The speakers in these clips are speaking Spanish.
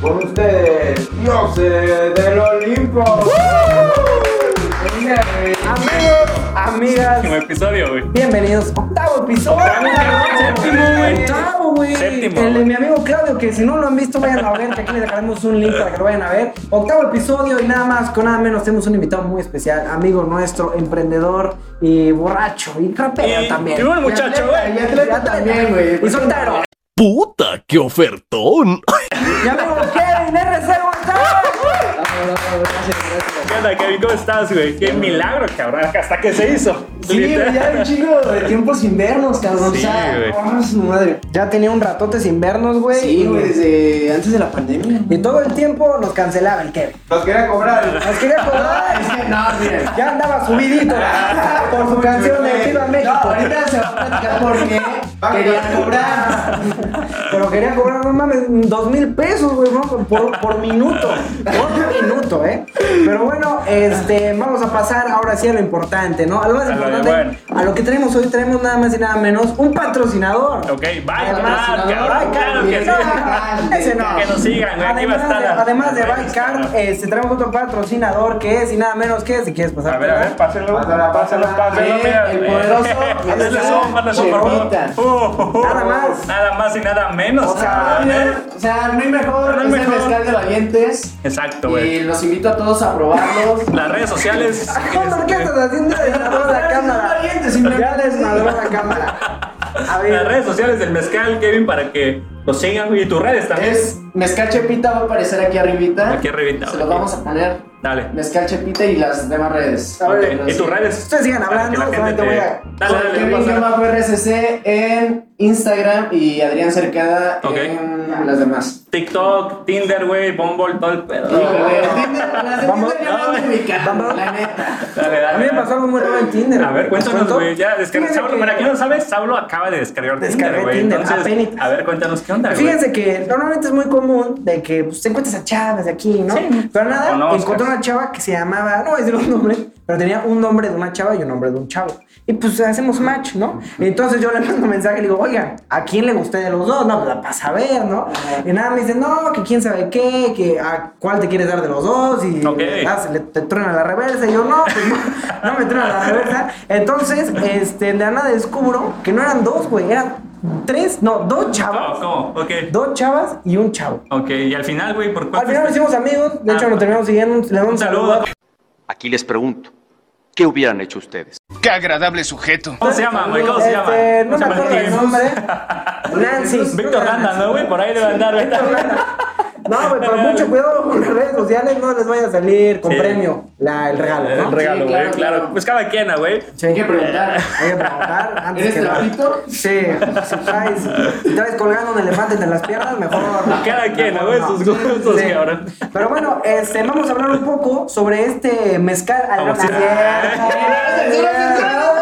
Con ustedes, dioses del Olimpo. Amigas, Amigos, Amigas, Último episodio, güey. bienvenidos. Octavo episodio. Séptimo, güey. Octavo, güey. Séptimo. El de mi amigo Claudio, que si no lo han visto, vayan a ver, que aquí les dejaremos un link para que lo vayan a ver. Octavo episodio y nada más, con nada menos, tenemos un invitado muy especial, amigo nuestro, emprendedor y borracho y rapero Y- también. y buen muchacho, güey. Y atleta también, güey. Y soltero. ¡Puta, qué ofertón! Mi amigo Kevin RC González. ¿Qué onda, Kevin? ¿Cómo estás, güey? Qué milagro, cabrón. Hasta que se hizo. sí, güey, ya un chingo de tiempo sin vernos, cabrón. Sí, o sea, güey. oh, su madre. Ya tenía un ratote sin vernos, güey. Sí, y- güey, desde antes de la pandemia. Y todo el tiempo nos cancelaba el Kevin. Los quería cobrar. Nos quería cobrar. No, miren. Ya andaba subidito por su canción de Viva No, México. ahorita se va a platicar por qué Va, querían va. cobrar. Pero quería cobrar, no mames, dos mil pesos, güey, ¿no? por, por minuto. Por minuto, ¿eh? Pero bueno, este, vamos a pasar ahora sí a lo importante, ¿no? A lo más A lo de importante, a lo que tenemos hoy, tenemos nada más y nada menos un patrocinador. Ok, bye, Además, Card, cabrón. Bike Claro Card, que sí. no, ese no. Que nos sigan, güey, aquí va a Además estar de- la- Además de la Bike revista, Card, ¿no? este, tenemos otro patrocinador que es, y nada menos que, si quieres pasar. A ver, a ver, pásenlo. Pásala, pásala. pásenlo, Sí, mira. el Eh, poderoso Hazle está zoom, hazle zoom, por favor. Chevita. Uh, uh, uh. Nada más. Nada más y nada menos, O sea, cabrón, ¿eh? o sea, no hay mejor No hay que mejor. mezcal de valientes. Exacto, Y güey. los invito a todos a probarlos. Las redes sociales. Este, ¿Por qué estás haciendo de la cámara? Ya desmadró la cámara. A Las ver, redes sociales del mezcal, Kevin, para que los sigan, güey. Y tus redes también. Es Mezcal Chepita, va a aparecer aquí arribita. Aquí arribita, Se ok. los vamos a poner. Dale. Mezcal Chepita y las demás redes. A ver, Ok, ¿Y tus redes? Ustedes sigan Para que hablando, la gente solamente voy te- a- Dale, dale, Kevin vamos a- Guión bajo RCC en Instagram y Adrián Cercada Ok. en las demás. TikTok, Tinder, güey, Bumble, todo el pedo. Híjole, las de Vamos- Tinder ya van de mi cara, Vamos. la neta. Dale, a dale. mí me pasó algo muy raro en Tinder. A ver, ¿les cuéntanos, cuento? güey. Ya descarga. Fíjense Saulo, que- para quien no sabe, Saulo acaba de descargar Descargué Tinder, güey. Tinder, Entonces, apenas. a ver, cuéntanos qué onda, güey. Fíjense que normalmente es muy común de que pues, te encuentres a chavas de aquí, ¿no? Sí. pero nada, Conozcas. encontré una chava que se llamaba, no voy a decir los nombres, pero tenía un nombre de una chava y un nombre de un chavo. Y pues hacemos match, ¿no? Entonces yo le mando un mensaje y le digo, oiga, ¿a quién le gusté de los dos? No, pues la pasa a ver, ¿no? Y nada, me dice, no, que quién sabe qué, que a cuál te quieres dar de los dos. Y Ok. le das- le- te truena la reversa. Y yo, no, pues, no, no me truena la reversa. Entonces, este, de la nada descubro que no eran dos, güey, eran tres, no, dos chavas. ¿Cómo? Oh, ¿Cómo? Ok. Dos chavas y un chavo. Ok, y al final, güey, ¿por cuánto? Al final nos hicimos amigos, de hecho nos terminamos siguiendo, le damos pues, ah, Un saludo. Aquí les pregunto, ¿qué hubieran hecho ustedes? Qué agradable sujeto. ¿Cómo se llama, güey? ¿Cómo se llama? Este, no ¿Cómo me se llama? acuerdo el Jesús. nombre. Nancy. Víctor Landa, ¿no, güey? Por ahí debe andar, güey. No, güey, pero mucho cuidado con las redes sociales, no les vaya a salir con Sí. premio la, el regalo, ¿no? El regalo, Sí, güey, claro, claro. claro. Pues cada quien, ah, güey. Sí. Hay que preguntar. Hay que preguntar antes ¿Eres que nada. trapito? Sí, si traes, si traes colgando un elefante entre las piernas, mejor. Cada quien, mejor ¿no? Sus gustos, cabrón. Pero bueno, este, vamos a hablar un poco sobre este mezcal. a la Vamos a-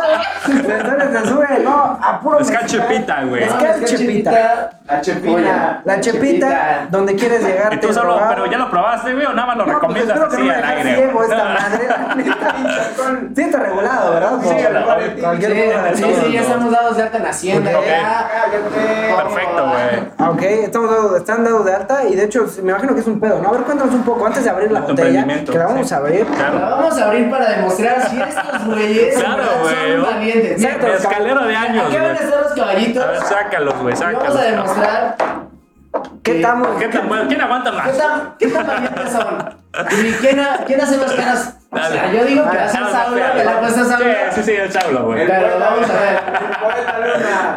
Censura, censura, no, a puro Mezcal chepita, güey. Mezcal chepita. La Mira, chepita. la chepita, donde quieres llegar. Y tú te solo, drogado. pero ya lo probaste, güey, o nada más lo No, pues, recomiendas espero que así no me al dejas aire. ciego güey. esta No. madre. la neta. Sí, está regulado, ¿verdad? Sí, a la Cualquier pared. Sí, cosa, sí, ¿no? sí, ya estamos dados de alta en Hacienda. Ok. ya. Perfecto, güey. Ah, Ok, estamos dando- están dados de alta y de hecho me imagino que es un pedo, ¿no? A ver, cuéntanos un poco antes de abrir la Tu botella, emprendimiento, que la vamos sí. a abrir. La Claro. vamos a abrir para demostrar si estos güeyes en Claro, verdad, güey. son valientes. Exacto. Mira, Escalero de años, Aquí güey. van a estar los A caballitos. ver, sácalos, güey, Vamos sácalos. a cabrón. demostrar ¿Qué estamos? ¿Qué tan bueno? ¿Quién aguanta qué más? tan, qué tan valientes son. ¿Y quién, ha- quién hace más caras? O sea, yo digo que hace Saulo, Saulo, Ah, espérate. que la apuesta Saulo. Sí, sí, sí, el Saulo, güey. Pero vamos a ver.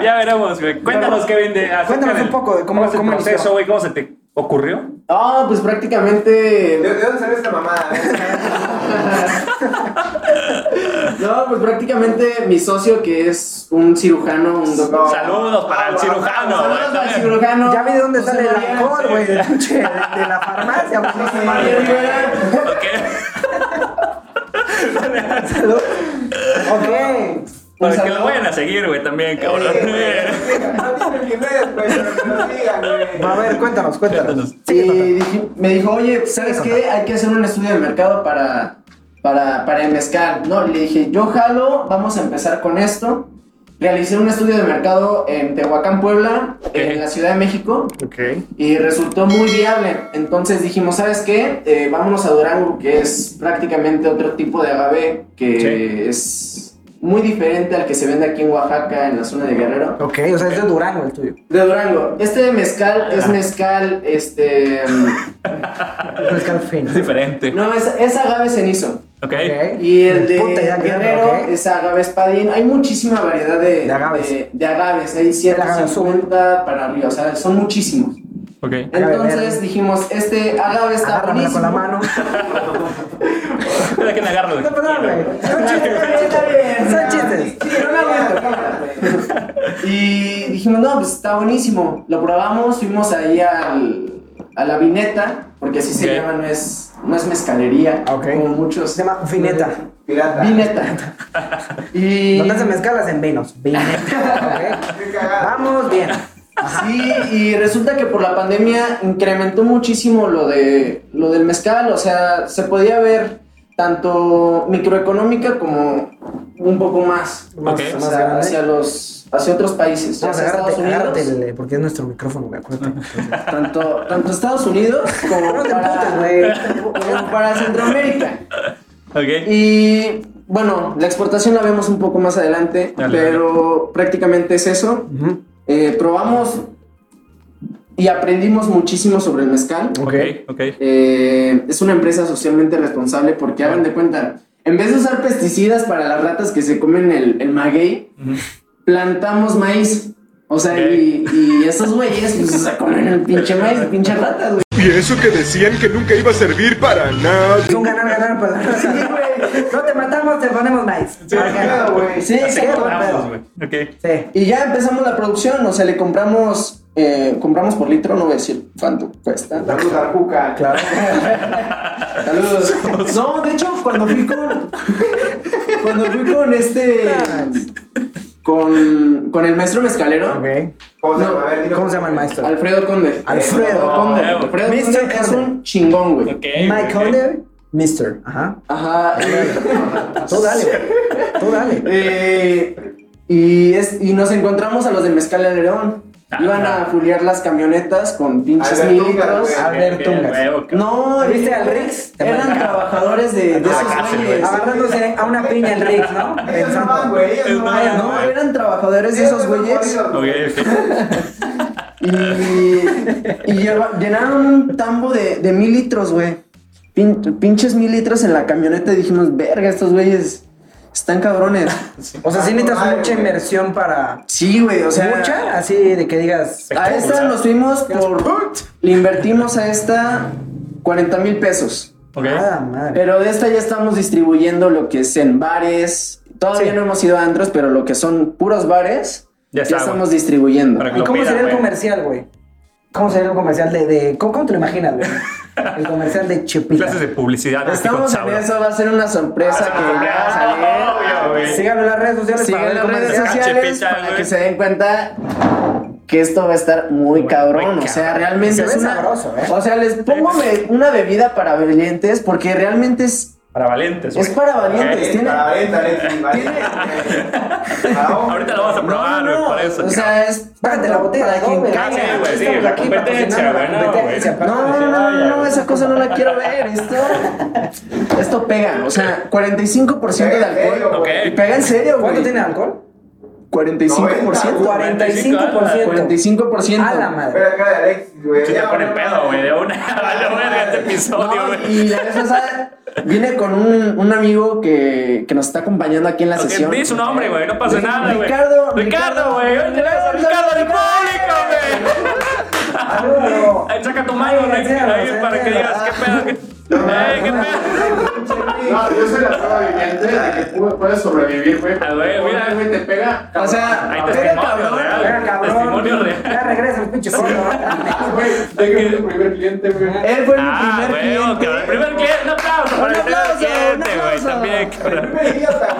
Ya veremos, güey. Cuéntanos, Kevin, de acerca Cuéntanos un del- poco de cómo- es el cómo inició. proceso, güey, cómo se te ocurrió. No, pues prácticamente. ¿De de dónde salió esta mamada? No, pues prácticamente mi socio, que es un cirujano, un doctor. Saludos para Ah, el cirujano, güey. Saludos al también. cirujano. Ya vi de dónde José sale el María, alcohol, sí. güey, de, pinche- de la farmacia. pues, no se José vale. María Rivera. Ok. Ok. Para Un que lo saludo. vayan a seguir, güey, también, cabrón. No dicen quién es, güey, pues, pero que nos digan, A güey. ver, cuéntanos, cuéntanos. Y dije- me dijo, oye, ¿sabes Sí, qué? Hay que hacer un estudio de mercado para, para, para el mezcal, ¿no? Le dije, yo jalo, vamos a empezar con esto. realicé un estudio de mercado en Tehuacán, Puebla, Ok. en la Ciudad de México, Ok. y resultó muy viable. Entonces dijimos, ¿sabes qué? Eh, vámonos a Durango, que es prácticamente otro tipo de agave que Sí. es muy diferente al que se vende aquí en Oaxaca, en la zona de Guerrero. Ok, o sea, es de Durango el tuyo. De Durango. Este mezcal es mezcal, este... Es mezcal fino. Es diferente. no, es, es agave cenizo. Ok. Ok. Y el de Puta, ya quedó, Guerrero ok. es agave espadín. Hay muchísima variedad de, De agaves. De, de agaves. Hay agave azul. 150 para arriba. O sea, son muchísimos. Ok. Agave Entonces verde. dijimos, este agave está Agárramela buenísimo. con la mano. Espera que me agarro. No, perdón, güey. Son chistes, Está bien. Son chistes. Sí, no me aguanto. Y dijimos, no, pues está buenísimo. Lo probamos, fuimos ahí al, a la vineta, porque así Ok. se llama, no es, no es mezcalería, Ok. como muchos. Se llama vineta. Pirata. Vineta. Y... Donde se mezcalas en vinos. Vineta. Qué ok. cagado. Vamos bien. Sí, y resulta que por la pandemia incrementó muchísimo lo de lo del mezcal, o sea, se podía ver tanto microeconómica como un poco más, Más, Ok. o más sea, grande. hacia los hacia otros países, ya Vamos, sea pues, Estados agárrate, Unidos, agárrate, el- porque es nuestro micrófono, güey, acuérdate. tanto tanto Estados Unidos como No te para- emputes, güey. como para Centroamérica. Ok. Y bueno, la exportación la vemos un poco más adelante, Dale, pero prácticamente es eso. Ujú. Eh, probamos y aprendimos muchísimo sobre el mezcal. Ok. Ok. Ok. Eh, es una empresa socialmente responsable porque hagan de cuenta, en vez de usar pesticidas para las ratas que se comen el, el maguey, Ujú. plantamos maíz. O sea, Ok. y, y esos güeyes pues, se comen el pinche maíz, pinche ratas, güey. Y eso que decían que nunca iba a servir para nada. Es un ganar, ganar para la raza. No te matamos, te ponemos nice. Sí. Ok. güey. Sí, Así sí, que buen vamos, pedo. güey. Ok. Sí. Y ya empezamos la producción, o sea, le compramos, eh, compramos por litro, no voy a decir cuánto cuesta. Saludos a Cuca. Claro. Saludos. No, de hecho, cuando fui con. Cuando fui con este. Con, con el maestro mezcalero, Ok. ¿Cómo se No, llama? A ver, dilo. ¿Cómo se llama el maestro? Alfredo Conde. Alfredo Conde. Conde. Alfredo Mr. Conde es Conde. un chingón, güey. Ok. Mike ok. Conde, Mr. Ajá. Ajá. Tú dale, güey. Tú dale. Eh, y, es, y nos encontramos a los de Mezcal de León. Iban a juliar las camionetas con pinches Alberto, mil litros. güey. Ok, Albert ok, Tungas. huevo, cabrón. No, ¿Viste eran- al Rix? Te Eran mandaron. trabajadores de, de Ah, esos cárcel, güey. güeyes. Agarrándose a una piña el Rick, ¿no? Ellos no van, Pensando. güey. Ellos no Ah, van. No, eran trabajadores de Ellos esos no van güeyes. jodidos, Ok, güey. ok. Y, y lleva- llenaron un tambo de, de mil litros, güey. Pin- pinches mil litros en la camioneta y dijimos, verga, estos güeyes están cabrones. O sea, sí necesitas mucha inversión para. Sí, güey, o sea. Mucha, así de que digas. A esta nos fuimos por. Le invertimos a esta 40 mil pesos. Ok. Nada, madre. Pero de esta ya estamos distribuyendo lo que es en bares. Todavía Sí. no hemos ido a antros, pero lo que son puros bares, Ya ya, está, güey. estamos distribuyendo. Para que ¿Y lo cómo pidan, sería el güey. comercial, güey? ¿Cómo sería el comercial de. de- ¿Cómo, cómo te lo imaginas, güey? El comercial de Chepita. Clases de este publicidad. así con Estamos en sabor. eso, va a ser una sorpresa Ah, que va a salir. obvio, güey. Síganlo en las redes sociales para Sigan ver el las redes comercial. sociales Chepita, para güey. que se den cuenta que esto va a estar muy cabrón. muy O sea, Se cabrón. realmente es ve una. sabroso, ¿eh? O sea, les pongo be- una bebida para valientes porque realmente es. Para valientes. güey. Es para valientes, Ok. tiene- Para ver, dale, dale, dale. Para vos. Ahorita lo vamos a probar, güey. Por eso. O sea, es. Bájate la botella para de eh. quien doble, caiga. Sí, güey, sí, Estamos la aquí competencia, patrocinando güey. la No, competencia, güey. pa- No, no, no, no, esa cosa no la quiero ver. Esto, esto pega. O sea, 45% de Pega en serio, alcohol. Ok. güey. Y pega en serio, güey. ¿Cuánto tiene alcohol? Ah, 45%. 45%. 45%. A la madre. Ve la cara de Alexis, güey. Se te Ya, pone bueno, pedo, güey. De una. Vale, verga este episodio, No, güey. y la vez pasada vine con un, un amigo que, que nos está acompañando aquí en la Ok, sesión. Di su nombre, güey. No pasa Ri- nada, güey. Ricardo, Ricardo, Ricardo. güey. Oye, a Ricardo al público, Saludo. Ah, güey. Ahí Saca tu mano, Ay, Rick. encéalo, Ahí para que digas encéalo. qué pedo. qué- Eh, qué pedo. No, yo soy la prueba viviente de que tú puedes sobrevivir, güey. Ah, güey, mira. güey, te pega. O sea, Hay pega testimonio cabrón. Era real. Ah, cabrón. Testimonio real. Ya regresa el pinche fondo, ¿no? güey, de que tu primer cliente, güey. Él fue mi Ah, primer güey, cliente. cabrón. Primer cliente, un aplauso para el primer aplauso, un cliente, güey. aplauso. También, cabrón. Primer idiota,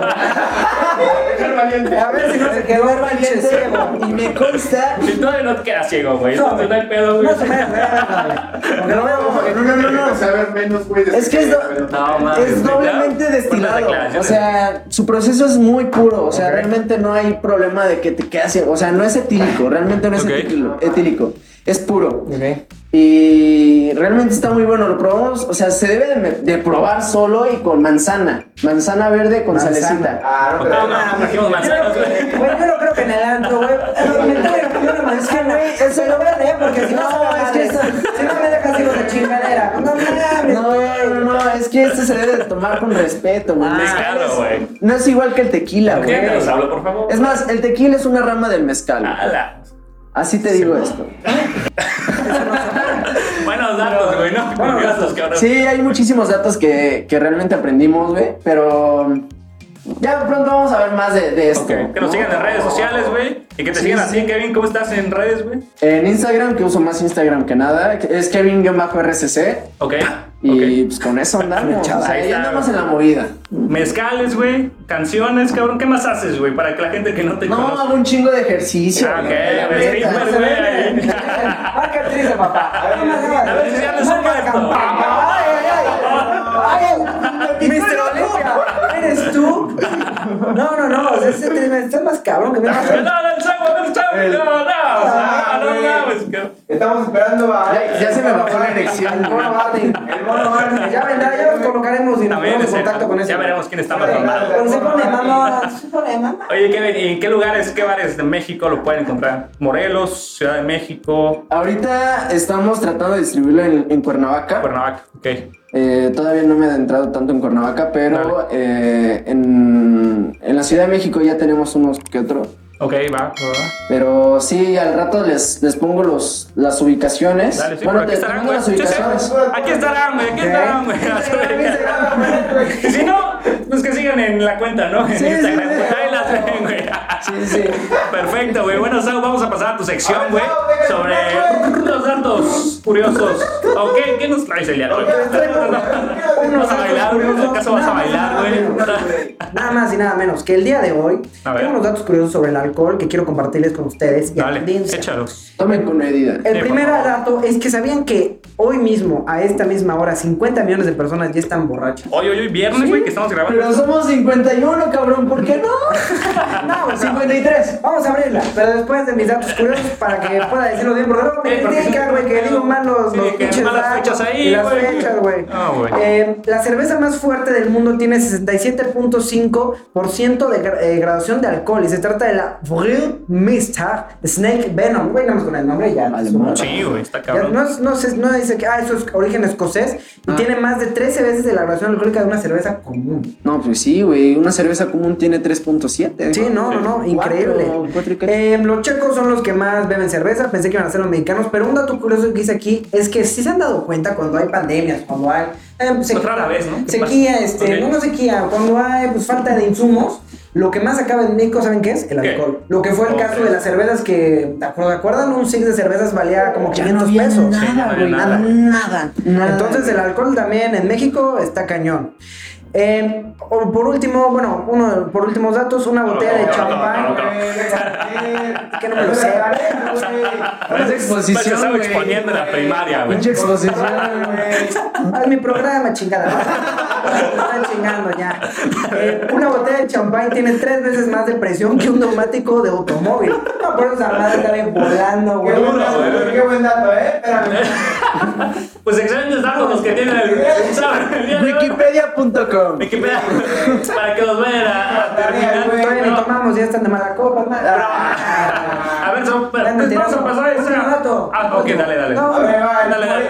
güey. Ser valiente. A ver si no se quedó el pinche ciego. Y me consta. Si todavía no te quedas ciego, güey. No, Entonces no hay pedo, güey. No se me- me- me- me- me- Porque no veo No, no, no, no. saber menos, güey. de Es que es do- pero- No, mames. Es ¿verdad? doblemente Fuertes destilado. O declaraciones. sea, su proceso es muy puro. O sea, Ok. realmente no hay problema de que te quede O sea, no es etílico. Realmente no es Ok. etílico, etílico. Es puro. Ok. Y realmente está muy bueno. Lo probamos. O sea, se debe de, me- de probar solo y con manzana. Manzana verde con Manzana. salecita. Ah, no, pero- No, no, trajimos manzanas, güey. Güey, yo no creo que en el antro, güey. Me trae una manzana. Eso lo voy a leer porque si no, No, sabe es madre. que eso- Si no me dejas ir con la chingadera. No mames. No, no, no, es que este se debe de tomar con respeto, güey. Sí, Mezcal Ah, claro, Ah, es- güey. No es igual que el tequila, ¿Por güey. qué te los hablo, por favor? Ah, Es más, el tequila es una rama del mezcal. güey. Ala. Así te digo esto. Buenos datos, güey, ¿no? Curiosos, cabrón. Sí, hay muchísimos datos que, que realmente aprendimos, güey, pero ya pronto vamos a ver más de, de esto. Ok, Que nos este, ¿no? sigan en redes sociales, güey. Y que te Sí, sigan sí. así, Kevin. ¿Cómo estás en redes, güey? En Instagram, que uso más Instagram que nada, es Kevin-RCC. Ok. Y ok. pues con eso andamos. Chaval, o sea, ahí ya está. andamos en la movida. Mezcales, güey. Canciones, cabrón. ¿Qué más haces, güey? Para que la gente que no te No, conoce. hago un chingo de ejercicio. Ah, güey, ok, la güey, neta. sí, pues. güey. Marca actriz de papá. A ver, no me hagas. A ver si ya les Marca suelto. campana. Ay, ay, ay. Ay, Mr. Olimpia, ¿eres tú? No, no, no. o sea, este te- Estás más cabrón que me No, no, no, el chavo, no, el chavo, no, no, o sea, no, Ah, güey. no, pues, cabrón. Estamos esperando a. Ya- ya se me bajó la erección. El mono Barney. El mono Barney. Ya vendrá, ya los colocaremos y nos También ponemos es en contacto cierto. con eso. Ya veremos quién está más Vale, mamado. vale. Cuando se pone mamá, se pone mamá. Oye, Kevin, ¿y en qué lugares, qué bares de México lo pueden encontrar? Morelos, Ciudad de México, Ahorita estamos tratando de distribuirlo en, en Cuernavaca. Cuernavaca, ok. Eh, todavía no me he adentrado tanto en Cuernavaca, pero eh, en, en la Ciudad de México ya tenemos unos que otro. Ok, va, va, va. Pero sí, al rato les, les pongo los, las ubicaciones. Dale, sí, bueno, por aquí te- te estarán, mando güey. las Sí, sí. ubicaciones. Aquí estarán, güey, aquí estarán, güey. Y si no, pues que sigan en la cuenta, ¿no? En Sí, sí, Instagram, sí. pues ahí las ven, güey. Sí, sí. Perfecto, güey. Bueno, Sau, vamos a pasar a tu sección, güey, Sao, venga, sobre venga, los datos curiosos. Ok, ¿qué nos traes el día de hoy? Vamos a bailar, güey. ¿Acaso vas a bailar, güey? Nada más y nada menos que el día de hoy A ver. tengo unos datos curiosos sobre el alcohol que quiero compartirles con ustedes y a la Dale, audiencia. échalos. Tomen con medida. El Sí, por primer favor. dato es que sabían que hoy mismo, a esta misma hora, 50 millones de personas ya están borrachas. Hoy, hoy, hoy, viernes, güey, que estamos grabando. Pero somos 51, cabrón, ¿por qué no? No, 53. Vamos a abrirla, pero después de mis datos curiosos para que pueda decirlo bien, porque luego me Sí, Eh, porque critican, sí, güey, que no, digo mal los, sí, los que pinches malas datos fechas ahí, y las güey. Ah, fechas, güey. No, güey. Eh, la cerveza más fuerte del mundo tiene 67.5% de gra- eh, graduación de alcohol y se trata de la Brewmeister Snake Venom. Güey, nada más con el nombre ya. Vale, es un- Sí, güey, está ya, cabrón. no, es- no, se- no dice que, ah, eso es origen escocés y tiene más de 13 veces de la graduación alcohólica de una cerveza común. No, pues sí, güey. Una cerveza común tiene 3.7. Sí, no, no, no, increíble. Cuatro, cuatro y cacho. Eh, los checos son los que más beben cerveza, pensé que iban a ser los mexicanos, pero un dato curioso que hice aquí es que sí se han dado cuenta cuando hay pandemias, cuando hay eh, rara vez, ¿no? ¿Qué Sequía, pasa? este, Ok. no, no sequía, cuando hay pues falta de insumos, lo que más acaba en México, ¿saben qué es? El ¿Qué? alcohol. Lo que fue el Ok. caso de las cervezas que, ¿te acuerdas? ¿Acuerdan? Un six de cervezas valía como Ya no 500 había pesos. Sí, ya no nada, había güey. nada. Nada, nada. nada. Entonces el alcohol también en México está cañón. Eh, o- por último, bueno, uno por últimos datos, una botella de no, no, champán. no, no, no. que no me lo sé. Parece exposición, Parece que estaba güey. exponiendo en la primaria, güey. Pinche exposición, güey. Haz mi programa, chingada. Me Están chingando ya. Eh, una botella de champán tiene tres veces más de presión que un neumático de automóvil. No, por eso esa madre está bien volando, Qué güey. buen dato, qué buen dato, eh. Espérame. Pues excelentes datos los que tienen el ¿sabes? El día de hoy. Wikipedia.com. Wikipedia. Para que los vayan a, a terminar. güey. Todavía ni Pero- tomamos, ya están de mala copa, Ah, madre. a ver, son, pero, Bueno, pues, vamos a tirando. pasar a ese. Último dato. Ah, ok, dale, dale. No, A ver, va, dale, dale.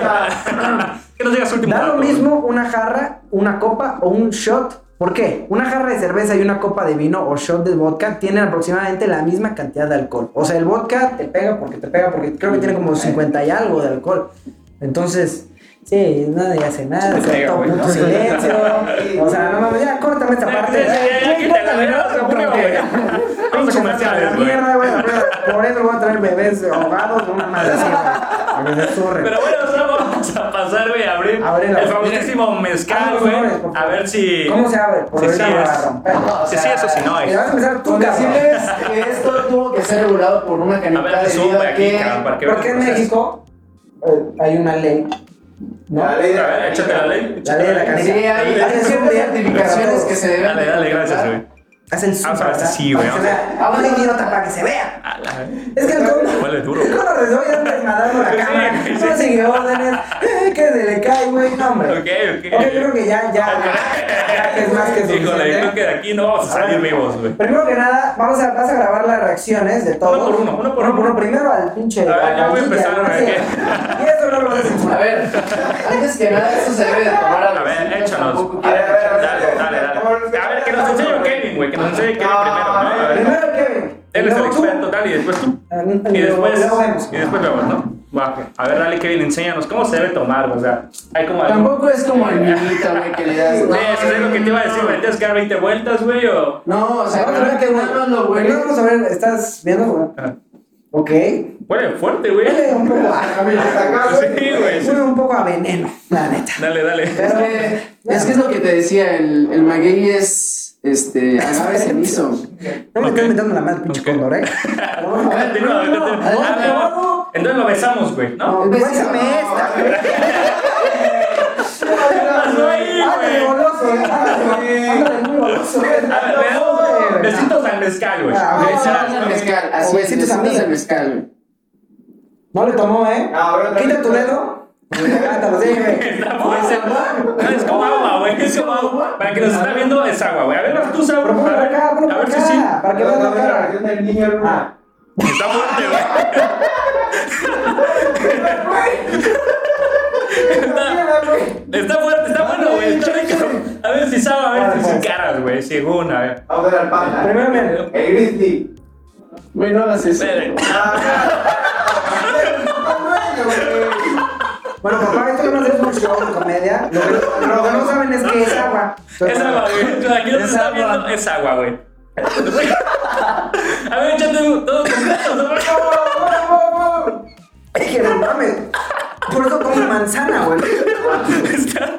que nos digas su último Da lo dato. ¿eh? mismo una jarra, una copa o un shot. ¿Por qué? Una jarra de cerveza y una copa de vino o shot de vodka tienen aproximadamente la misma cantidad de alcohol. O sea, el vodka te pega porque te pega, porque creo que tiene como 50 y algo de alcohol. Entonces, sí, nadie hace nada, se pega, todo güey, puto ¿no? silencio. O sea, no mames, ya córtame esta Ya, parte. ya, ya, ya, Sí, quítala, córtame, ya, ¿no? se aburrió, Porque- güey. Vamos a comerciales, güey. Mierda, güey, la prueba. Por eso voy a traer bebés ahogados de una madre así, güey. Para que se zurren. Pero bueno, ahora vamos a pasar, güey, a abrir Ábrelo. el famosísimo mezcal, Ábrelo, güey. por favor. A ver si. ¿Cómo se abre? Por Si sí ahorita lo es. agarro. Pero, o Si sí sea, es o si no Mira, vas a es. empezar tú, Con cabrón. decirles que esto tuvo que ser regulado por una A ver, canita zoom, debido güey, a aquí, que... cabrón, para que vean Porque el en proceso. México eh, hay una ley ¿no? La ley de A la ver, échate la ley. La ley de la Sí, canción. hay, Haz hay el zoom, ciertas güey. certificaciones que se deben. Dale, dale, gracias, güey. Haz el zoom. Ah, para sí, atrás, sí, para que güey, se vamos. vea. Ahora idiota para que se vea. Es que el cono. Huele duro. El cono les voy a andar desmadrando la Sí, cámara. sí. No sigue órdenes. Eh, Que se le cae, güey. No, hombre. Ok, ok. Ok, yo creo que ya, ya. ya es más Ah, que Híjole, suficiente. creo que de aquí no vamos a salir vivos, güey. Primero que nada, vamos a, vas a grabar las reacciones de todos. por uno, uno por uno. Primero al pinche. A ver, al ya voy a ninja, empezar, al a ver, marciano. ¿qué? Y eso no lo vas a A censurar. ver, antes que nada, esto se debe de tomar a A ver, échanos. Tampoco A ver, quiero- Dale, dale, dale. A ver, que nos enseñe Kevin, güey. Que nos enseñe Kevin primero, ¿no? A ver. Ah, Primero Kevin. Él es el Luego tú. experto, dale, y después tú. Ah, no, Y luego- después. luego vemos. Y después vemos, ¿no? Va. A ver, dale, Kevin, enséñanos. ¿Cómo se debe tomar? O sea, hay como. Tampoco es como el niñito, güey, que le das. Sí, Eso es lo que te iba a decir, güey. Tienes que dar 20 vueltas, güey, o. No, o sea, Vamos a ver qué nada más lo bueno. bueno. Vamos a ver, ¿estás viendo? güey? Ajá. Ok. Huele fuerte, güey. Huele un poco a. Sí, güey. Huele un poco a veneno, la neta. Dale, dale. Es que, es que es lo que te decía, el, el maguey es este agave cenizo. No me Ok. estás metiendo la madre, pinche Ok. cóndor, ¿eh? Continúa, continúa. Ah, no. Entonces lo besamos, güey, ¿no? No, bésame esta, güey. Hazlo ahí, Ándale, güey. goloso, ¿eh? Ándale, ándale, muy goloso. ¿eh? A ver, le No, damos güey. besitos al mezcal, güey. Ah, Besitos ah, al mezcal, O así es, besitos a mí. besitos al mezcal, güey. No le tomó, ¿eh? Ah, bueno, Quita también. tu dedo. Levántalo, sí, güey. Está fuerte. No, es como agua, güey. Es como agua. Para que nos está viendo, es agua, güey. A ver, tú sabes. Pero ponlo para acá, ponlo A para ver acá. si sí. Para que veas la cara. Ah, Está fuerte, güey. Está fuerte, está bueno, güey. Está rico. A ver si sabe, a ver si pues. sin caras, güey. Según, a ver. vamos a ver al panda. Primero, mira. El grizzly. Güey, no hagas eso. Espere. Bueno, papá, esto no es un show de comedia. Lo que, lo que no saben es que es agua. Es agua, güey. Aquí no se Es está agua. viendo. Es agua, güey. A ver, échate un- todo completo. ¿no? Dije, no mames. Por eso como manzana, güey. Está-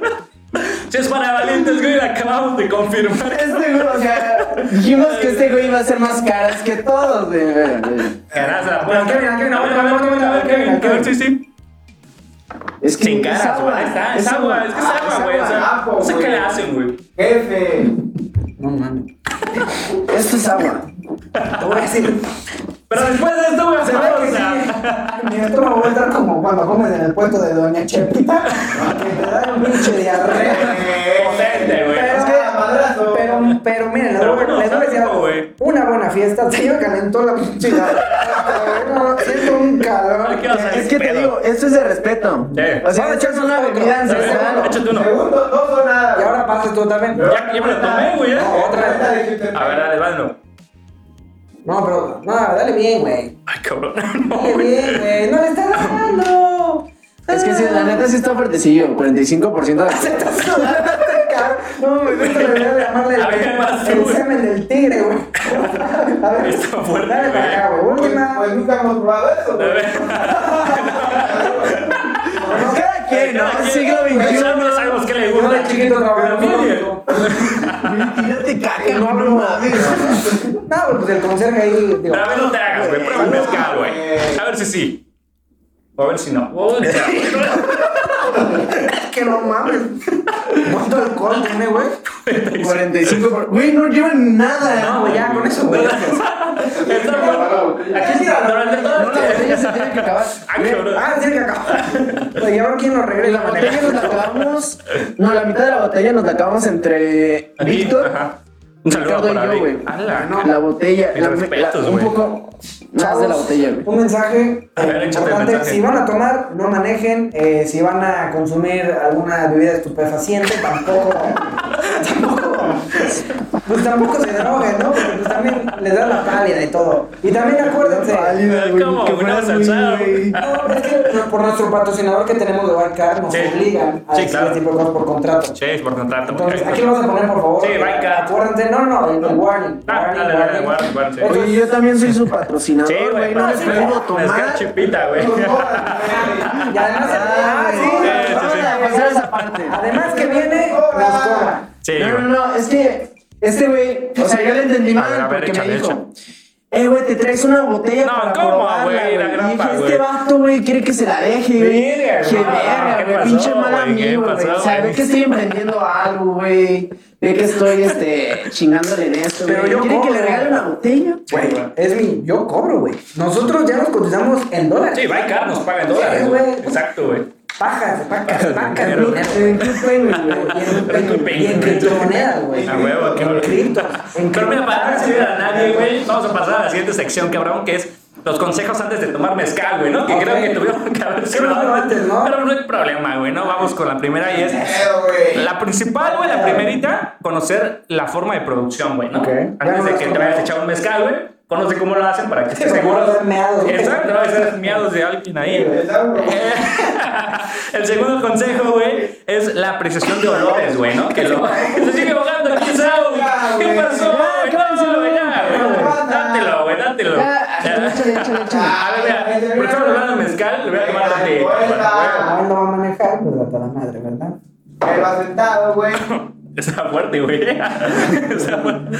Si es para valientes, güey, la acabamos de confirmar. Este güey, o sea, dijimos que este güey iba a ser más caras que todos, güey. güey, güey. Caraza, Pero Kevin, a ver, Kevin, a ver, aguanta, aguanta, aguanta, a ver, Kevin, aguanta, a ver, Kevin. sí, sí. Es que Sin es caras, agua, güey. ahí está, Es agua, es que es Ah, es agua, güey. O sea, agua, no sé güey. qué le hacen, güey. Jefe. No mames. Esto es agua. Te voy a decir. Pero después de esto, güey, Se ve que sí. Mi estómago va a estar como cuando comes en el puerto de Doña Chepita. Que te da un pinche diarrea. Potente, güey. Pero, Es que era madrazo. pero, pero miren, les ah, Pero voy- les bueno, voy a sabe decir rico, algo. güey. Una buena fiesta, se yo calentó la pinche garganta, güey. No, siento un calor. Ay, qué osa. Es que te Pedo. digo, esto es de respeto. Sí. O sea, esto es una bebida A ver, ancestral. Échate uno. Segundo, dos o nada. Y ahora pasas tú también. Ya, ya me lo tomé, güey. ¿eh? No, otra vez. Cuenta de su A ver, dale, vámonos. No, pero, no, dale bien, güey. Ay, cabrón. No, Dale bien, güey. güey. No le estás dando. Es que sí, la neta sí está fuertecillo, 45% de Te estás sudando, cabrón. No, me gusta la idea de llamarle A ver, vas el, tú, el güey. semen del tigre, güey. A ver, Está fuerte, dale para güey. acá, güey. Pues, Última. pues nunca hemos probado eso. A güey. ver. Cada quien, Cada ¿no? quien- Siglo Cada XXI. quien sabemos qué le Yo gusta. de chiquito trabajaba en un Pero, Ya te cagas, no mames. No, güey, pues el conserje ahí, digo. a ver, no te hagas, güey. Prueba el mezcal, güey. A ver si sí. O a ver si no. Uy, ya, güey. Que no mames. ¿Cuánto alcohol tiene, güey? 45%. Güey, no llevan nada. No, güey, ya con eso, güey. Está bueno. Aquí está. Durante todo No, la botella se tiene que acabar. Ay, cabrón. Ah, tiene que acabar. Oye, ¿y ahora quién nos Güey, regresa, La manera? botella nos la acabamos. No, la mitad de la botella nos la acabamos entre Aquí, Víctor, ajá. Un saludo Ricardo y para yo, Vic. güey. Ala, No. la botella. Mis la- respetos, la- Un güey. poco más de la botella, güey. Un mensaje A ver, échate el importante. mensaje. Si van a tomar, no manejen. Eh, si van a consumir alguna bebida estupefaciente, tampoco. tampoco. Pues tampoco se droguen, ¿no? Porque pues también les da la pálida y todo. Y también acuérdense. Pálida, güey, ¿Cómo? que Una fuera muy, salsa, güey. No, es que por nuestro patrocinador que tenemos de Barcar nos Sí. obligan a Sí, decir claro. este tipo de cosas por contrato. Sí, es por contrato. Entonces, ok. aquí lo vamos a poner, por favor. Sí, Barcar. Acuérdense, no, no, el el warning. Ah, warning, dale, dale, warning, warning, sí. Oye, yo también soy su Sí, patrocinador, güey. No les sí, prohíbo Mezcal tomar. chipita, güey. Y además, Ah, ah, sí, sí, sí, sí. además, Pasar esa parte. Además que viene, nos cobra. Sí, No, no, güey. no, es que este güey, o sea, yo le entendí A ver, a mal ver, porque échale, me dijo, Eh, güey, te traes una botella No, para ¿cómo, probarla, güey? La Y dije, grapa, este güey. vato, güey, quiere que se la deje, güey. Verga, Dije, no, verga, ¿qué güey, pasó, pinche mal güey? ¿Qué amigo, güey. pasó, O sea, ve güey? que estoy emprendiendo algo, güey. Ve que estoy, este, chingándole en esto, Pero güey. yo ¿Quiere que cobro. le regale una botella? Güey, es mi. Yo cobro, güey. Nosotros ya nos cotizamos en dólares. Sí, va y Carlos paga en Sí, dólares. güey. güey. Exacto, güey. Pajas, pacas, pacas, dinero. dinero. En Club Penguin, güey. En Club cripto- Y en Penguin. criptomonedas, güey. A huevo, qué En bueno. criptos. En Pero mira, para no criptomonedas. recibir a nadie, güey, vamos a pasar a la siguiente sección, cabrón, que es los consejos antes de tomar mezcal, güey, ¿no? Que Ok. creo que tuvieron que haber sido Creo que antes, ¿no? Pero no hay problema, güey, ¿no? Vamos con la primera y es... Pero, güey. La principal, güey, la primerita, conocer la forma de producción, güey, ¿no? Ok. Ya Antes no de nos que te contamos. vayas a echar un mezcal, güey, conoce cómo lo hacen para que estés porque seguro. van a ser meados, güey. Exacto, van a ser miados de alguien ahí, güey. Eh, El segundo consejo, güey, es la apreciación de olores, güey, ¿no? Que lo. Se sigue bajando, ¿qué sabe? Ya, ¿Qué güey. pasó? Ya, güey? cálmenselo, No, ya, ya, güey. güey. Dátelo, güey, dátelo. Ya, Ya. échale, échale, échale. Ah, A ver, mira, por ejemplo, hablando de mezcal, le voy a tomar la de. Vuelta. Ah, no va a manejar, pues hasta la madre, ¿verdad? Ahí va sentado, güey. Está fuerte, güey. Está fuerte.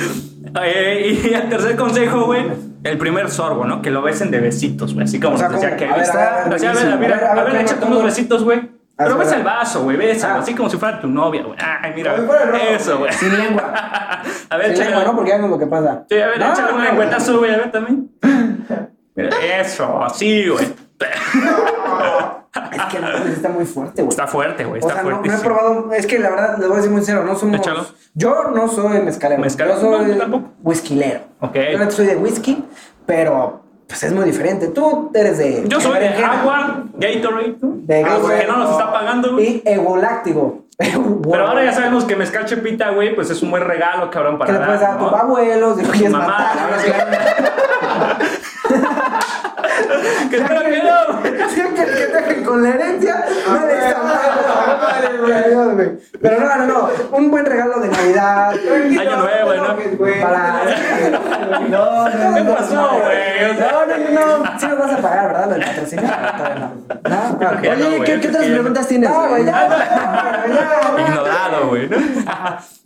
Eh, y el tercer consejo, güey, el primer sorbo, ¿no? Que lo besen de besitos, güey. Así como O sea, nos decía ¿cómo? que A ver, a ver, O sea, a ver, buenísimo. mira, A ver, a a ver, ver, ¿cómo, échate cómo? unos besitos, güey. Pero Ah, besa sí, el vaso, güey, besa, Ah. así como si fuera tu novia, güey. Ay, mira, Como si fuera el rojo. eso, güey. Sin lengua. A ver, Sí, échale, bueno, porque ya no es lo que pasa. Sí, a ver, No, échale un no, lengüetazo, güey, a ver también. Mira, eso, así, güey. Es que la madre está muy fuerte, güey. Está fuerte, güey, O está sea, no, fuerte. no he probado, es que la verdad, le voy a decir muy sincero, no somos... Échalo. Yo no soy mezcalero, Mezcalero, yo no, yo soy tampoco. whiskylero. Ok. Yo no soy de whisky, pero pues es muy diferente. Tú eres de... Yo soy de berenjena, agua, Gatorade, tú. De Ah, agua que no nos está pagando, güey. y egoláctico. Pero ahora ya sabemos que mezcal chepita, güey, pues es un buen regalo, cabrón, para Que le dar, puedes dar a ¿no? tus abuelos, de Tu que mamá, matar. ahora sí. que espero que no. Ah, Siempre que dejen con la herencia, no les Madre, Ah, güey. Adiós, güey. Pero no, no, no. Un buen regalo de Navidad. Año nuevo, ¿no? Para. No, no, ¿Qué no, pasó, no, güey? No, no, no, no. Sí me vas a pagar, ¿verdad? Lo del patrocinio. No, no, Creo que ya no. no, Oye, güey, ¿qué, qué creo que otras ya no. preguntas tienes? No, güey, ya, güey? ya, ya, ya. Ignorado, güey. ¿no?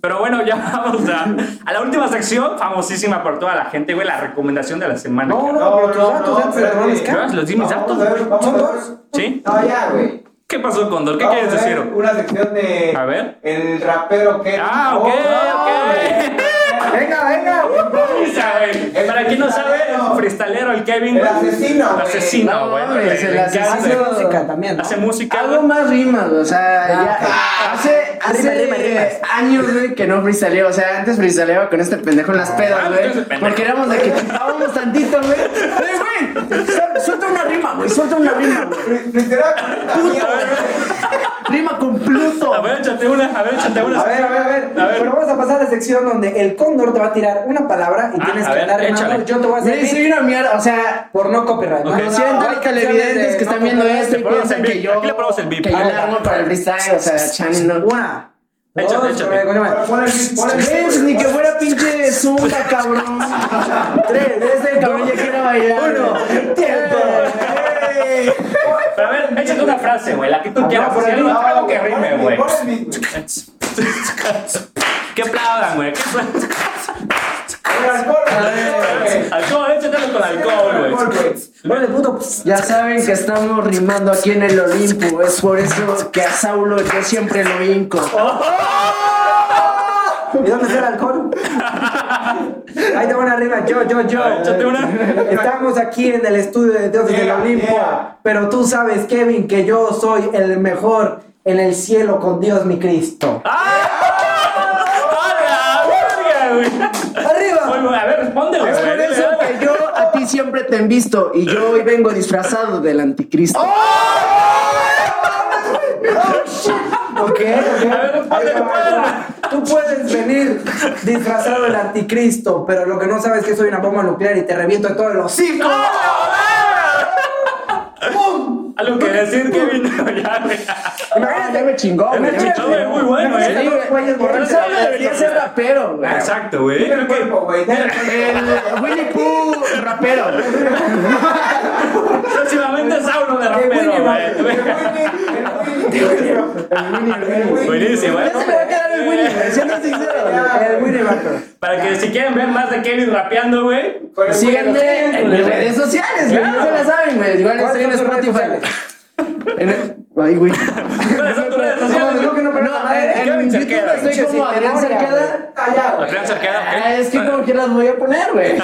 Pero bueno, ya vamos a, a la última sección, famosísima por toda la gente, güey, la recomendación de la semana. No, cabrón. no, pero tus No, no, datos antes de espérate. tomar Yo mezcal. ¿eh? les di mis datos, Vamos a ver, güey. vamos a ¿Son ver. dos? ¿Sí? No, ya, güey. ¿Qué pasó, Condor? ¿Qué Vamos quieres a ver decir? Una sección de. A ver. El rapero que. Ah, ok, ok. Venga, venga. Improvisa, güey. Eh, Para quien no sabe, es un freestalero, el Kevin. El güey. asesino, El güey. asesino, No, güey. hombre, Le- es el le encanta, Hace asesino. güey. música también. ¿no? Hace música, Algo güey. Ah, más rimas, güey, o sea, ya. Hace, hace Rima, rima, rima. años, güey, que no freestaleaba. O sea, antes freestaleaba con este pendejo en las Ah, pedas, con ese güey. pendejo. Porque éramos de que chupábamos tantito, güey. Pero, güey, suel- suelta una rima, güey, suelta una rima, güey. Rima con Pluto. A ver, échate una, a ver, échate una. A ver, a ver, a ver. A ver. Pero vamos a pasar a la sección donde el cóndor te va a tirar una palabra y Ah, tienes a que ver, andar rimando. échale. Yo te voy a hacer Güey, soy beat una mierda, o sea. por no copyright. ¿no? Ok. Lo siento a Ahora, los televidentes de que están no viendo copyright, esto y te ponemos piensan el que beep. yo. Aquí le ponemos el beep. Que yo le Ah, armo para el freestyle, o sea, Chan no. Una. Échate, dos, échate. tres, coño, Ves, ni que fuera pinche zumba, cabrón. Tres, ese cabrón ya quiere bailar. Uno. Tiempo. Pero a ver, échate una frase, güey, la que tú Ah, quieras. no, por así, ahí, algo- no, algo que rime, güey. Oigan, Que aplaudan, güey. Que- Alcohol, échatelo con alcohol, güey. Bueno, de puto. pss, Ya saben que estamos rimando aquí en el Olimpo. Es por eso que a Saulo yo siempre lo hinco. ¿Y dónde está el alcohol? Ahí te van arriba. Yo, yo, yo. Échate una. Estamos aquí en el estudio de Dios del Yeah, Olimpo. yeah. Pero tú sabes, Kevin, que yo soy el mejor en el cielo con Dios, mi Cristo. ¡Ah! ¡A la verga, güey! Muy ¡Arriba! bueno, A ver, respóndele, Es güey. por dile, eso dale. que yo a ti siempre te he visto y yo hoy vengo disfrazado del anticristo. ¡Oh, Ok, ok. A ver, Ahí respóndele, va, ahí va. Tú puedes venir disfrazado del anticristo, pero lo que no sabes es que soy una bomba nuclear y te reviento en todos los cinco. Algo que decir, Kevin. No, ya, güey. Ah, ya me chingó, Ya me güey. chingó, güey, muy bueno, Sí, Imagínate eh. los güeyes Por borrachos. eso debería ser rapero, güey. Exacto, güey. Creo pues, que- El Winnie Pooh rapero. Próximamente Saulo de rapero, güey. Buenísimo, Ya se me va a ¿eh? quedar el Winnie, güey, siendo sincero. El Winnie Barker. Para que si quieren ver más de Kevin rapeando, güey. Con el Síganme güey en los en mis redes sociales, güey. Claro. Ya se la saben, güey. Igual estoy en ¿Cuáles son tus redes Spotify. En el- Ay, güey. ¿Cuáles son tus redes sociales? no, que no, pero la No, madre. en, Kevin en Cerqueda, YouTube estoy como Adrián Cerqueda. Allá, Adrián Cerqueda, Ah, ¿ok? es que como que las voy a poner, güey.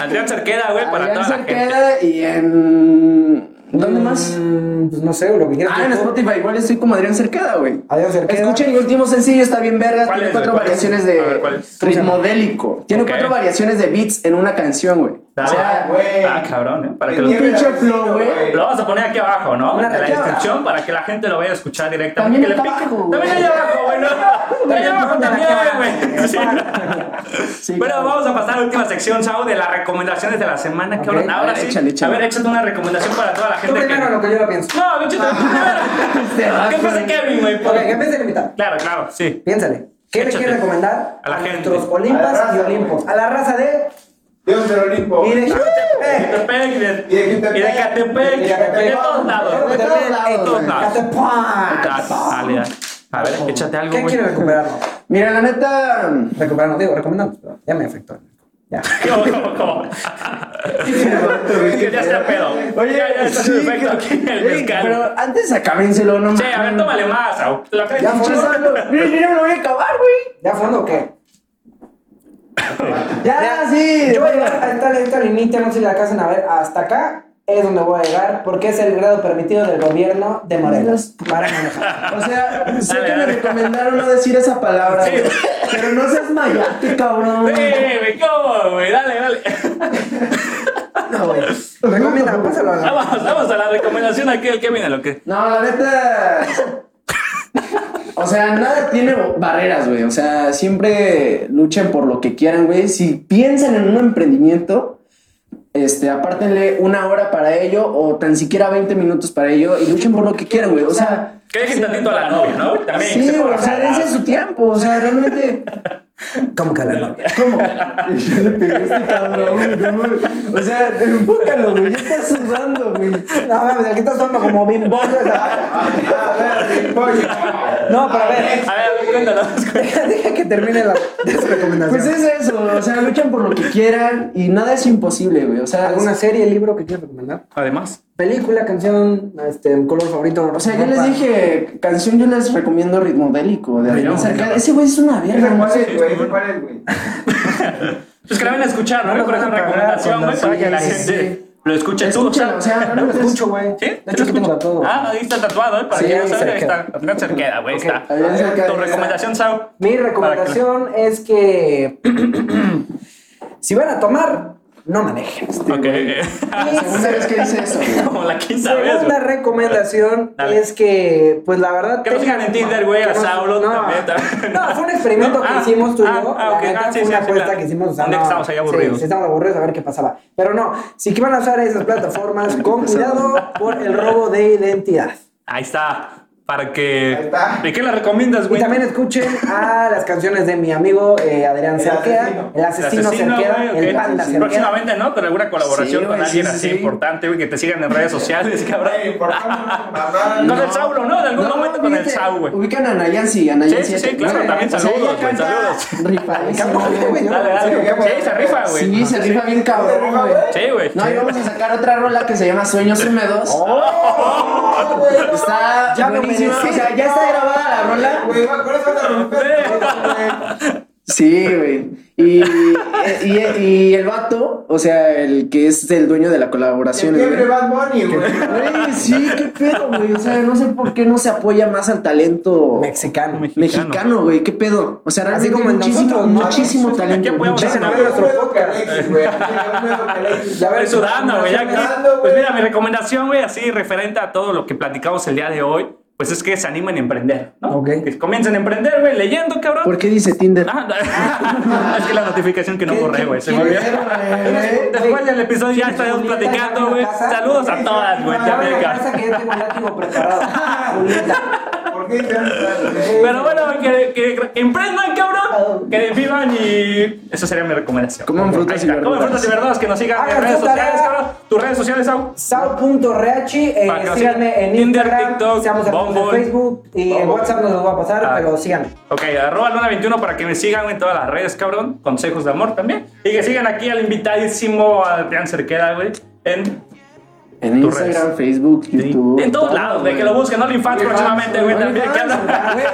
Adrián Cerqueda, güey, para Adrián toda la gente. Cerqueda y en... ¿Dónde más? Mm, Pues no sé, lo que quieras. Ah, en tú. Spotify, igual estoy como Adrián Cerqueda, güey. Adrián Cerqueda. Escuchen mi último sencillo, está bien verga, ¿Cuál tiene es, cuatro güey? ¿Cuál es? variaciones A ver, ¿cuál de es? ritmo bélico. Tiene Ok. cuatro variaciones de beats en una canción, güey. O sea, güey. Ah, cabrón, ¿eh? Para que lo... ¿eh? Tenía pinche que haber flow, sido, güey. Lo vamos a poner aquí abajo, ¿no? En la aquí descripción para que la gente lo vaya a escuchar directamente. También que le está pique. abajo, güey. También ahí abajo, güey. ¿no? También abajo ponte la también, cara, güey. Sí. Bueno, vamos a pasar a la última sección, Sao, de las recomendaciones de la semana. que Ok, ahora- a Ahora ver, sí. échale, échale. A ver, échate una recomendación para toda la Tú gente. primero lo que yo lo pienso. No, échate tú Se va primero. ¿Qué pasa, con- Kevin, güey? Ok, que empiece la mitad. Claro, claro, sí. Piénsale. ¿Qué le Échate. quieres recomendar A la gente. nuestros A la Olimpas raza, y Olimpos? güey. A la raza de. Dios del Olimpo. Y de. Eh, Catepec, de- Y de Jutepec. y de Catepec, Y de Catepec. de todos lados. De todos lados, De todos güey. lados. Catepec. Dale, dale. A ver, échate algo, ¿Qué güey. quieres recuperar? Mira, la neta... Recuperar, no digo, recomendamos. Ya me afectó. Ya. ¿Cómo, cómo, cómo? ya está pedo. Oye, ya, ya está sí, perfecto aquí en el Ey, mezcal. Pero antes acábenselo, no Sí, a ver, tómale más. Au. La traes Ya, mucho. por favor. Mira, yo no me lo voy a acabar, güey. ¿Ya fondo o qué? Ya, sí. Yo voy a llegar a tal, esta límite, no sé si la alcanzan a ver, hasta acá es donde voy a llegar, porque es el grado permitido del gobierno de Morelos para manejar. O sea, sé Dale, que me dale. recomendaron no decir esa palabra, Sí. güey. Pero no seas mayate, cabrón. Sí, güey, ¿cómo, güey? Dale, dale. No, güey. Recomienda, Pues pásalo a la... Vamos, vamos a la recomendación aquí del Kevin, a lo que. No, la neta. O sea, nada tiene barreras, güey. O sea, siempre luchen por lo que quieran, güey. Si piensan en un emprendimiento, este, apártenle una hora para ello o tan siquiera 20 minutos para ello y luchen por lo que quieran, güey. O sea, Que dejen tantito a la novia, ¿no? También. que sí, se güey, ponga o sea, brava. dense su tiempo. O sea, realmente. ¿Cómo que a la novia? ¿Cómo? Yo le pegué a este cabrón, güey, no mames. O sea, enfócalo, güey. Ya estás sudando, güey. No, mames, aquí estás sonando como bimbo. Ah, No, pero a ver, A ver, a ver, cuéntanos. deja que termine la recomendación. Pues es eso, o sea, luchan por lo que quieran y nada es imposible, güey. O sea, ¿Alguna serie, libro que quieras recomendar? Además, Película, canción, este, color favorito. o sea, yo les dije, canción yo les recomiendo Ritmo Bélico de Adrián Ritmo Cercada. Ese güey es una verga. ¿Cuál güey. es, güey? ¿Cuál es, güey? pues que la van a escuchar, ¿no? No, Por no, esa no, recomendación, no, güey, sí, para que la sí, gente lo escuche tú. Escúchala, o sea, No lo realmente es- escucho, güey. ¿Sí? De hecho, aquí tengo todo. Ah, ahí está tatuado, ¿eh? Para Sí, que no ahí sabe, ahí cerqueda. está. Adrián Cerqueda, güey, Ok, está. Adrián Cerqueda, Tu ahí está. recomendación, Sao. Mi Para recomendación es que si van a tomar, no manejen. que- Ok. Y Segunda vez que dice eso. güey. Como la quinta vez, Segunda güey. recomendación Dale. es que, pues la verdad. Que no tengan- sigan en Tinder, güey, a que no- Saulo no, también, también. No, fue un experimento No, que ah, hicimos tú y ah, yo. ah, la ok, neta, ah, sí, fue una sí, sí, apuesta claro. que hicimos. o sea, Un día que no, estábamos ahí sí, aburridos. sí, estábamos aburridos a ver qué pasaba. Pero no, si que van a usar esas plataformas, con cuidado por el robo de identidad. Ahí está. Para que. Ahí está. ¿De qué la recomiendas, Y güey? también escuchen a las canciones de mi amigo eh, Adrián El Cerqueda, asesino. el asesino, Cerqueda, güey, ok. el panda Sí. Cerqueda. Próximamente, ¿no? Con alguna colaboración Sí, con güey, alguien sí, sí, así sí. importante, güey, que te sigan en redes sociales, cabrón. Güey, por favor, no, mamá. Con el Saulo, ¿no? De algún No, momento con el fíjate, Sau, güey. Ubican a Nayansi, a Nayansi. Sí, sí, sí, claro, güey. también O sea, saludos, ella güey, canta saludos. ripadísimo, Cabrón, güey. güey, Dale, Sí, qué dale. bueno. Sí, se rifa, güey. Sí, se rifa bien cabrón, güey. Sí, güey. No, y vamos a sacar otra rola que se llama Sueños Húmedos. Oh, Ya Está ya me buenísima. merecí. O sea, ya está grabada la rola. Güey, ¿cuál es la romper? Sí, güey. Y, y, y el vato, o sea, el que es el dueño de la colaboración. güey. Siempre Bad Bunny, güey. Güey, sí, qué pedo, güey. O sea, no sé por qué no se apoya más al talento Mexicano. mexicano, güey. Qué pedo. O sea, Así realmente como en muchísimo, nosotros, ¿no? muchísimo Aquí talento. podemos muchísimo. Vengan a Un ver dedo nuestro que podcast. Alexis, güey. Un dedo que Alexis. Ya Estoy ves, sudando, güey. ya que- sudando, güey. Pues mira, mi recomendación, güey, así referente a todo lo que platicamos el día de hoy, pues es que se animen a emprender, ¿no? Ok. Que comiencen a emprender, güey, leyendo, cabrón. ¿Por qué dice Tinder? Ah, no. es que la notificación que no borré, güey. Se me Eh. olvidó. güey? Después del episodio ya Sí, estaremos Julieta, ya platicando, voy a güey. casa. Saludos a todas, güey. Ya Ya, voy a verga. casa que ya tengo el látigo preparado. Julieta. ¿Por qué ya? Pero bueno, que, que- que emprendan, cabrón, que vivan y esa sería mi recomendación. Ah. Coman frutas Ahí y está, coman verduras. frutas y verduras, que nos sigan en Hagan redes su sociales, tarea. cabrón. Tus redes sociales, Au. Sao.reachi, eh, Para que nos síganme sigan. en Tinder, Instagram, TikTok, seamos activos en Bumble. Facebook y en Bumble. WhatsApp no los voy a pasar, Ah. pero síganme. Ok, arroba luna21 para que me sigan en todas las redes, cabrón. Consejos de amor también. Y que sigan aquí al invitadísimo Adrián Cerqueda, güey. En, En Tus redes. Instagram, Facebook, YouTube. en todos todo, lados, güey. güey. Que lo busquen, OnlyFans OnlyFans, próximamente, güey. También, OnlyFans, cabrón. güey.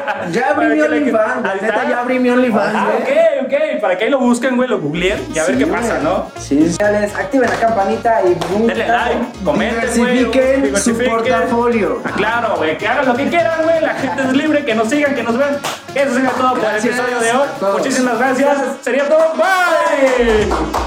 Ya Para abrí mi que le- OnlyFans, la Ahí neta, está. ya abrí mi OnlyFans, Ah, güey. ok, ok. Para que ahí lo busquen, güey, lo googleen y a ver Sí, qué güey. pasa, ¿no? Sí, sí. Sociales, Activen la campanita y un Denle gustazo. like, comenten, güey. Diversifiquen su diversifiquen. Ah, portafolio. Claro, güey, que hagan lo que quieran, güey. La gente es libre, que nos sigan, que nos vean. Eso sería todo por el Gracias episodio de hoy. a todos. Muchísimas gracias. Sería todo. Bye.